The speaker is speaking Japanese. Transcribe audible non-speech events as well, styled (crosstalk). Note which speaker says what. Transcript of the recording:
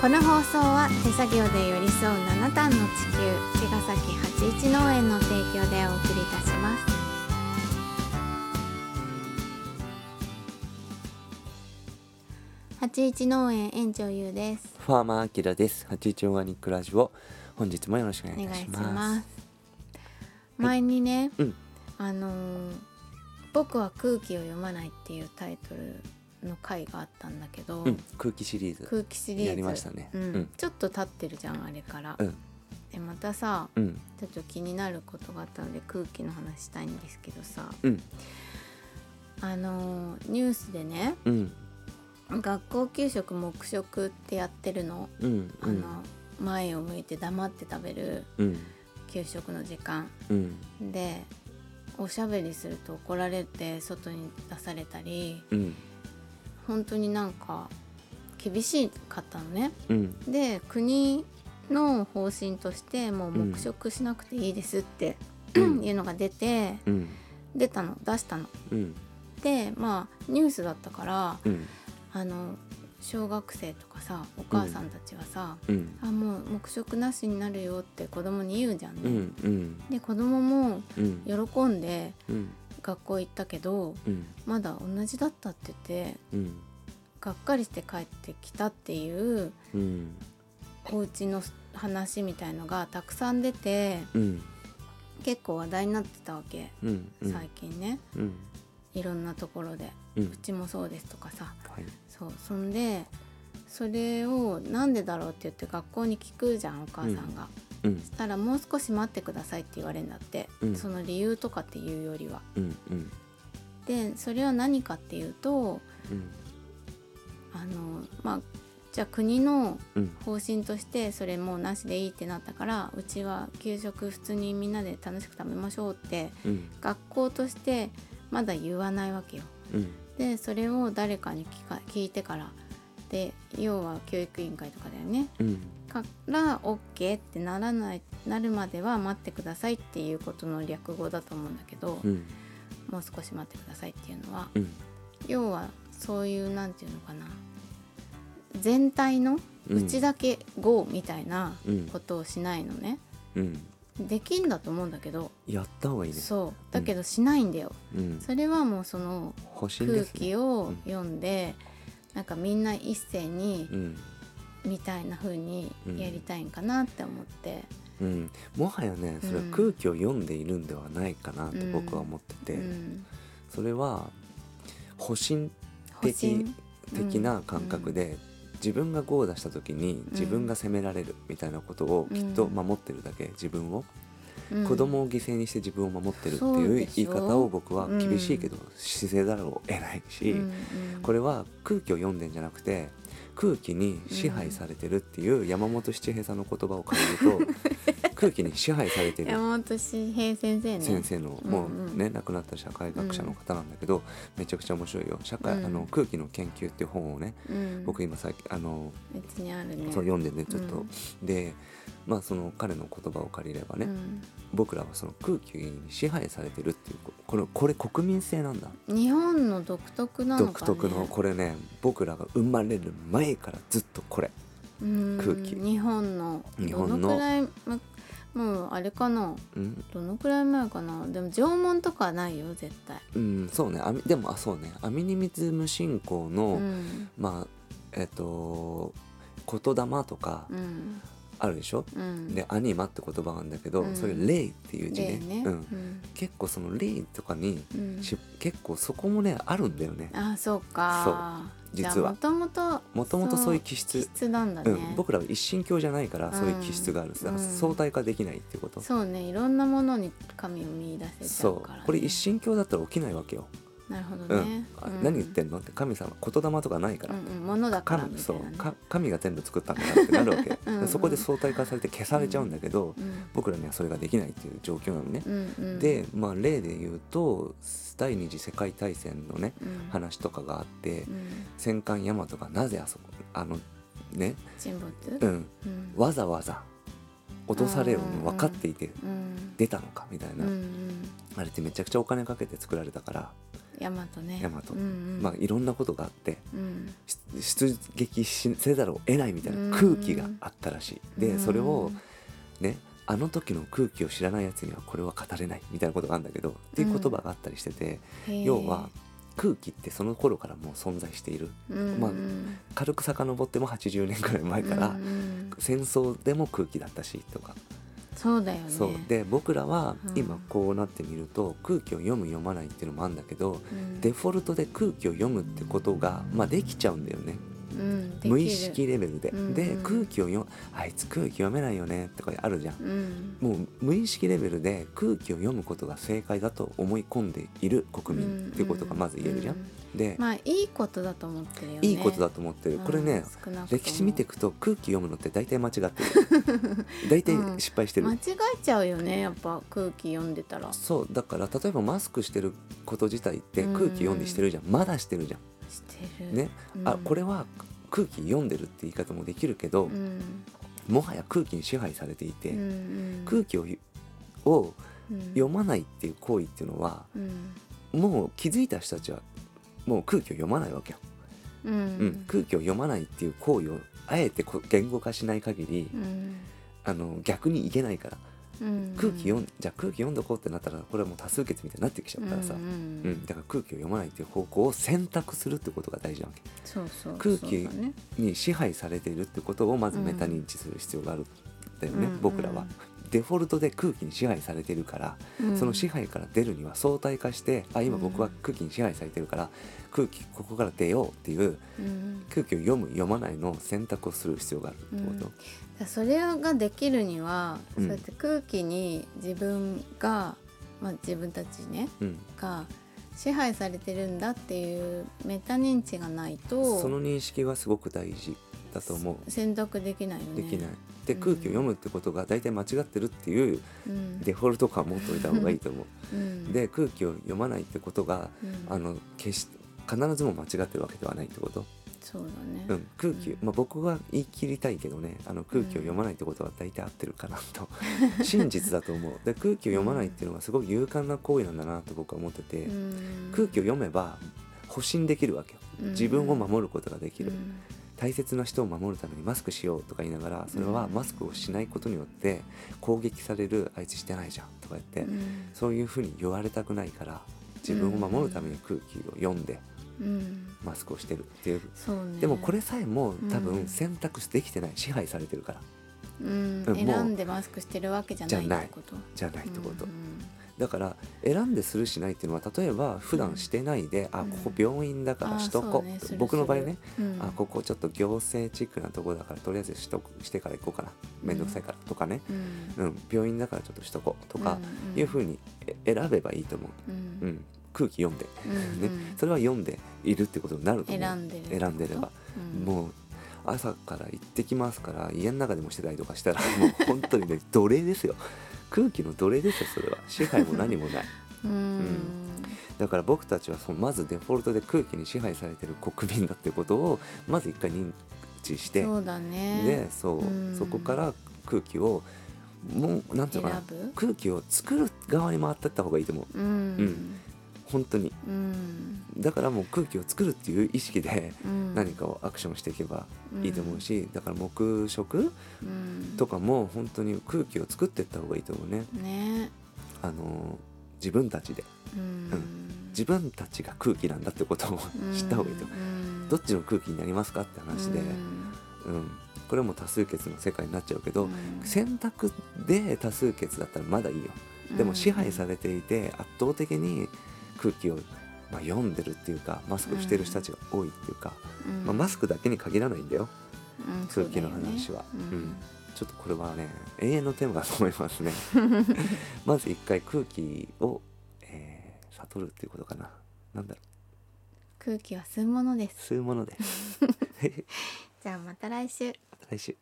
Speaker 1: この放送は手作業で寄り添う七段の地球茅ヶ崎八一農園の提供でお送りいたします八一農園園長ゆうです
Speaker 2: ファーマーアキラです。八一オーガニックラジオ。本日もよろしくお
Speaker 1: お
Speaker 2: 願い
Speaker 1: 願
Speaker 2: い
Speaker 1: い
Speaker 2: た
Speaker 1: し
Speaker 2: します。
Speaker 1: ます前にね、
Speaker 2: うん
Speaker 1: あのー僕は空気を読まない」っていうタイトルの回があったんだけど、
Speaker 2: うん、空気シリーズ。
Speaker 1: 空気シリーズ
Speaker 2: やりましたね
Speaker 1: うん
Speaker 2: うん
Speaker 1: ちょっと経ってるじゃんあれから、
Speaker 2: うん
Speaker 1: でまたさ
Speaker 2: うん、
Speaker 1: ちょっと気になることがあったので空気の話したいんですけどさ
Speaker 2: うん、
Speaker 1: あのーニュースでね
Speaker 2: うん、
Speaker 1: 学校給食黙食ってやってるの,、
Speaker 2: うん、
Speaker 1: あ
Speaker 2: うん、
Speaker 1: の前を向いて黙って食べる
Speaker 2: うん、
Speaker 1: 給食の時間
Speaker 2: うん、
Speaker 1: でおしゃべりすると怒られて外に出されたり
Speaker 2: うん、
Speaker 1: 本当になんか厳しかったのね。
Speaker 2: うん、
Speaker 1: で国の方針としてもう黙食しなくていいですって、
Speaker 2: うん
Speaker 1: いうのが出て
Speaker 2: うん、
Speaker 1: 出たの出したの。
Speaker 2: うん、
Speaker 1: でまあニュースだったから
Speaker 2: うん、
Speaker 1: あの小学生とかさお母さんたちはさ、
Speaker 2: うん、
Speaker 1: あもう黙食なしになるよって子供に言うじゃんね。
Speaker 2: うん、うん、
Speaker 1: で子供も
Speaker 2: うん、
Speaker 1: 喜んで
Speaker 2: うん、
Speaker 1: 学校行ったけど
Speaker 2: うん、
Speaker 1: まだ同じだったって言って
Speaker 2: うん、
Speaker 1: がっかりして帰ってきたっていう
Speaker 2: うん、
Speaker 1: お家の話みたいのがたくさん出て
Speaker 2: うん、
Speaker 1: 結構話題になってたわけ
Speaker 2: うん、うん、
Speaker 1: 最近ね、
Speaker 2: うん、
Speaker 1: いろんなところで
Speaker 2: う、
Speaker 1: うんちもそうですとかさ
Speaker 2: はい、
Speaker 1: そうそんでそれをなんでだろうって言って学校に聞くじゃんお母さんが、
Speaker 2: うん、
Speaker 1: したらもう少し待ってくださいって言われるんだって、
Speaker 2: うん
Speaker 1: その理由とかっていうよりは
Speaker 2: うん、うん、
Speaker 1: でそれは何かっていうと
Speaker 2: うん、
Speaker 1: あのまあじゃあ国の
Speaker 2: うん、
Speaker 1: 方針としてそれもうなしでいいってなったからうちは給食普通にみんなで楽しく食べましょうって
Speaker 2: うん、
Speaker 1: 学校としてまだ言わないわけよ。
Speaker 2: うん、
Speaker 1: でそれを誰かに聞か聞いてからで要は教育委員会とかだよね
Speaker 2: うん、
Speaker 1: から OK ってならないなるまでは待ってくださいっていうことの略語だと思うんだけど、
Speaker 2: うん、
Speaker 1: もう少し待ってくださいっていうのは
Speaker 2: うん、
Speaker 1: 要はそういうなんていうのかな全体のうちだけ GO みたいな
Speaker 2: うん
Speaker 1: こ、とをしないのね、
Speaker 2: うん、
Speaker 1: できんだと思うんだけど、
Speaker 2: やった方がいいね。
Speaker 1: そうだけどしないんだよ、
Speaker 2: うん、
Speaker 1: それはもうその
Speaker 2: 保身で
Speaker 1: 空
Speaker 2: すね。
Speaker 1: 気を読んで、なんかみんな一斉に
Speaker 2: うん。
Speaker 1: みたいな風にやりたいんかなって思って、
Speaker 2: うん、もはやねそれは
Speaker 1: うん
Speaker 2: 空気を読んでいるんではないかなと
Speaker 1: うん
Speaker 2: 僕は思って
Speaker 1: う
Speaker 2: て、
Speaker 1: ん、
Speaker 2: それは保身
Speaker 1: 保身
Speaker 2: 的な感覚で、自分が5を出した時に自分が責められるみたいなことをきっと
Speaker 1: うん
Speaker 2: 守ってるだけ自分を、
Speaker 1: うん
Speaker 2: 子供を犠牲にして自分を守ってるって
Speaker 1: そう
Speaker 2: いう
Speaker 1: でし
Speaker 2: 言い
Speaker 1: ょ
Speaker 2: 方を僕は厳しいけど姿勢だろうを得ないし、
Speaker 1: うんうん
Speaker 2: これは空気を読んでんじゃなくて空気に支配されてるっていう山本七平さんの言葉を借りる
Speaker 1: (laughs)
Speaker 2: と空気に支配されてる
Speaker 1: 山本志平先生ね
Speaker 2: 先生の
Speaker 1: うん
Speaker 2: もうね亡くなった社会学者の方なんだけどめちゃくちゃ面白いよ社会
Speaker 1: うん
Speaker 2: あの空気の研究っていう本をね
Speaker 1: うん、
Speaker 2: 僕今さっきあの
Speaker 1: 別にあるね
Speaker 2: そう読んでねちょっ
Speaker 1: う
Speaker 2: と
Speaker 1: ん
Speaker 2: でまあその彼の言葉を借りれば
Speaker 1: う
Speaker 2: ね
Speaker 1: ん
Speaker 2: 僕らはその空気に支配されてるっていうここれこれ国民性なんだ
Speaker 1: 日本の独特なのかね
Speaker 2: 独特のこれね僕らが生まれる前からずっとこれ
Speaker 1: うん
Speaker 2: 空気
Speaker 1: 日本の
Speaker 2: 日本の
Speaker 1: どのくらいむもうあれかな
Speaker 2: うん
Speaker 1: どのくらい前かなでも縄文とかはないよ絶対、
Speaker 2: うんそうねあみでもあそうねアミニミズム信仰の、
Speaker 1: うん
Speaker 2: まあえっと言霊とか
Speaker 1: うん
Speaker 2: あるでしょ、
Speaker 1: うん、
Speaker 2: で「アニマ」って言葉があるんだけど、
Speaker 1: うん
Speaker 2: それ「霊」っていう字
Speaker 1: だ
Speaker 2: ね
Speaker 1: よね、
Speaker 2: うん、結構その「霊」とかに、
Speaker 1: うん
Speaker 2: し結構そこもねあるんだよね
Speaker 1: あそうか
Speaker 2: そう実は
Speaker 1: もともと
Speaker 2: もともとそういう気
Speaker 1: 気
Speaker 2: 質
Speaker 1: 質なんだね、
Speaker 2: うん、僕らは一神教じゃないからそういう気質がある、だから
Speaker 1: うん
Speaker 2: 相対化できないっていうこと、
Speaker 1: そうねいろんなものに神を見出せちゃ
Speaker 2: そうう
Speaker 1: から、ね、
Speaker 2: これ一神教だったら起きないわけよ、
Speaker 1: なるほど
Speaker 2: うん
Speaker 1: ね、
Speaker 2: あ
Speaker 1: うん
Speaker 2: 何言ってんのって神様言霊とかないから、
Speaker 1: うんうん、ものだからみ
Speaker 2: 神
Speaker 1: た
Speaker 2: そ
Speaker 1: いな、
Speaker 2: う
Speaker 1: ね、
Speaker 2: か神が全部作ったんだなってなるわけ
Speaker 1: (laughs) うんうん
Speaker 2: そこで相対化されて消されちゃうんだけど、
Speaker 1: うん
Speaker 2: 僕らにはそれができないっていう状況なのね。
Speaker 1: うんうん、
Speaker 2: で、まあ、例で言うと第二次世界大戦のね
Speaker 1: うん、
Speaker 2: 話とかがあって
Speaker 1: うん、
Speaker 2: 戦艦ヤマトがなぜあそこあのね、
Speaker 1: 沈没、
Speaker 2: うん、
Speaker 1: うん
Speaker 2: わざわざ落とされるの分かっていて
Speaker 1: うん
Speaker 2: 出たのかみたいな、
Speaker 1: うんうん
Speaker 2: あれってめちゃくちゃお金かけて作られたから
Speaker 1: 大和ね
Speaker 2: 大和
Speaker 1: うんうん
Speaker 2: まあ、いろんなことがあって
Speaker 1: うん
Speaker 2: し出撃しせざるを得ないみたい
Speaker 1: うん
Speaker 2: な空気があったらしい。
Speaker 1: うん
Speaker 2: でそれをねあの時の空気を知らないやつにはこれは語れないみたいなことがあるんだけどっていう言葉があったりしてて、
Speaker 1: へー
Speaker 2: 要は空気ってその頃からもう存在している
Speaker 1: うん
Speaker 2: まあ軽く遡っても80年くらい前から、
Speaker 1: うんうん
Speaker 2: 戦争でも空気だったしとか、
Speaker 1: そうだよね
Speaker 2: そうで僕らは
Speaker 1: うん
Speaker 2: 今こうなってみると空気を読む読まないっていうのもあるんだけど
Speaker 1: うん
Speaker 2: デフォルトで空気を読むってことが、まあ、できちゃうんだよね
Speaker 1: うんできる
Speaker 2: 無意識レベルで。
Speaker 1: うん
Speaker 2: で
Speaker 1: うん
Speaker 2: 空気を読あいつ空気読めないよねとかあるじゃん。
Speaker 1: うん
Speaker 2: もう無意識レベルで空気を読むことが正解だと思い込んでいる国民っていうことがまず言えるじゃん。
Speaker 1: うう
Speaker 2: で、
Speaker 1: まあいいことだと思ってるよね
Speaker 2: いいことだと思ってる。これ
Speaker 1: う
Speaker 2: ね、
Speaker 1: ん少なくとも
Speaker 2: 歴史見ていくと空気読むのって大体間違ってる
Speaker 1: (laughs)
Speaker 2: 大体失敗してる、
Speaker 1: 間違えちゃうよねやっぱ空気読んでたらし
Speaker 2: そうだから例えばマスクしてること自体って
Speaker 1: うん
Speaker 2: 空気読んでしてるじゃん、まだしてるじゃ
Speaker 1: てる
Speaker 2: んね、
Speaker 1: うん
Speaker 2: あこれは空気読んでるって言い方もできるけど、
Speaker 1: うん
Speaker 2: もはや空気に支配されていて、
Speaker 1: うんうん
Speaker 2: 空気をを
Speaker 1: うん
Speaker 2: 読まないっていう行為っていうのは
Speaker 1: うん
Speaker 2: もう気づいた人たちはもう空気を読まないわけよ、
Speaker 1: う
Speaker 2: うん
Speaker 1: ん
Speaker 2: 空気を読まないっていう行為をあえてこ言語化しない限り、
Speaker 1: うん
Speaker 2: あの逆にいけないから
Speaker 1: うん
Speaker 2: 空気読んじゃあ空気読んどこうってなったらこれはもう多数決みたいになってきちゃうからさ、
Speaker 1: うん
Speaker 2: う
Speaker 1: うんん
Speaker 2: だから空気を読まないっていう方向を選択するってことが大事なわ
Speaker 1: そうそう
Speaker 2: 空気
Speaker 1: そうだね
Speaker 2: けに支配されているってことをまずメタ認知する必要があるんだよね、
Speaker 1: うん
Speaker 2: 僕らは。デフォルトで空気に支配されているから、
Speaker 1: うん
Speaker 2: その支配から出るには相対化してあ今
Speaker 1: うん
Speaker 2: 僕は空気に支配されてるから空気ここから出ようっていう
Speaker 1: うん
Speaker 2: 空気を読む読まないの選択をする必要があるってこと。
Speaker 1: それができるには、
Speaker 2: うん
Speaker 1: そうやって空気に自分が、まあ、自分たちね
Speaker 2: うん
Speaker 1: が支配されてるんだっていうメタ認知がないと
Speaker 2: その認識はすごく大事だと思う。
Speaker 1: 選択できないよね。
Speaker 2: できない。で
Speaker 1: うん
Speaker 2: 空気を読むってことが大体間違ってるっていう
Speaker 1: うん、
Speaker 2: デフォルト感を持っておいた方がいいと思
Speaker 1: う
Speaker 2: う。
Speaker 1: ん、
Speaker 2: で空気を読まないってことが
Speaker 1: うん
Speaker 2: あの決して必ずも間違ってるわけではないってこと、
Speaker 1: そうだ
Speaker 2: う
Speaker 1: ね、
Speaker 2: ん、空気、
Speaker 1: うん
Speaker 2: まあ、僕は言い切りたいけどねあの空気を読まないってことは大体合ってるかな
Speaker 1: (laughs)
Speaker 2: と真実だと思うで空気を読まないっていうのはすごく勇敢な行為なんだなと僕は思ってて、
Speaker 1: うん
Speaker 2: 空気を読めば保身できるわけよ
Speaker 1: うん
Speaker 2: 自分を守ることができる、
Speaker 1: うん
Speaker 2: 大切な人を守るためにマスクしようとか言いながらそれは
Speaker 1: うん
Speaker 2: マスクをしないことによって攻撃されるあいつしてないじゃんとか言って、
Speaker 1: うん
Speaker 2: そういうふうに言われたくないから自分を守るために空気を読んで
Speaker 1: うん
Speaker 2: マスクをしてるっていう、
Speaker 1: そうね、
Speaker 2: でもこれさえも多
Speaker 1: う
Speaker 2: 分
Speaker 1: ん
Speaker 2: 選択肢できてない支配されてるから
Speaker 1: うん、
Speaker 2: うんもう
Speaker 1: 選んでマスクしてるわけじゃない
Speaker 2: じゃない
Speaker 1: ってこと。
Speaker 2: じゃないってこと、
Speaker 1: うん
Speaker 2: だから選んでするしないっていうのは例えば普段してないで、あ
Speaker 1: うん
Speaker 2: ここ病院だからしとこ
Speaker 1: あーそうね
Speaker 2: う
Speaker 1: する
Speaker 2: 僕の場合ね、
Speaker 1: するうん
Speaker 2: あここちょっと行政チックなとこだからとりあえずしとくしてから行こうかな面倒くさいからとかね、
Speaker 1: うん
Speaker 2: うん、病院だからちょっとしとこうと
Speaker 1: う
Speaker 2: か
Speaker 1: んうん
Speaker 2: いうふうにえ選べばいいと思
Speaker 1: う
Speaker 2: う、うんん、空気読んで、
Speaker 1: うんうん
Speaker 2: ね、それは読んでいるってことになると思う
Speaker 1: 選んでるってこと
Speaker 2: 選んでれば、
Speaker 1: うん
Speaker 2: もう朝から行ってきますから家の中でもしてたりとかしたら (laughs) もう本当にね奴隷ですよ空気の奴隷ですよそれは支配も何も
Speaker 1: (laughs)
Speaker 2: ない
Speaker 1: うん
Speaker 2: だから僕たちはそのまずデフォルトで空気に支配されてる国民だってことをまず一回認知して
Speaker 1: そうだね
Speaker 2: でそう、
Speaker 1: うん
Speaker 2: そこから空気をもうなんていうのかな
Speaker 1: 選ぶ
Speaker 2: 空気を作る側に回ってった方がいいと思う
Speaker 1: うん
Speaker 2: 本当に
Speaker 1: うん
Speaker 2: だからもう空気を作るっていう意識で
Speaker 1: うん
Speaker 2: 何かをアクションしていけばいいと思うし、だから黙食
Speaker 1: うん
Speaker 2: とかも本当に空気を作っていった方がいいと思うね、
Speaker 1: ね
Speaker 2: あのー自分たちで
Speaker 1: うん
Speaker 2: 自分たちが空気なんだってことを (laughs) 知った方がいいと思う、
Speaker 1: うん
Speaker 2: どっちの空気になりますかって話で、
Speaker 1: うん
Speaker 2: うんこれも多数決の世界になっちゃうけど、
Speaker 1: うん
Speaker 2: 選択で多数決だったらまだいいよでも支配されていて圧倒的に空気を、まあ、読んでるっていうかマスクしてる人たちが多いっていうか、
Speaker 1: うん
Speaker 2: まあ、マスクだけに限らないんだよ
Speaker 1: うん
Speaker 2: 空気の話は、
Speaker 1: そうだよね
Speaker 2: うんちょっとこれはね永遠のテーマだと思いま
Speaker 1: (laughs)
Speaker 2: すねまず一回空気を、えー悟るっていうことかななんだろ
Speaker 1: 空気は吸うもので
Speaker 2: う
Speaker 1: す (laughs)
Speaker 2: 吸うものです
Speaker 1: じゃあまた来週
Speaker 2: 来週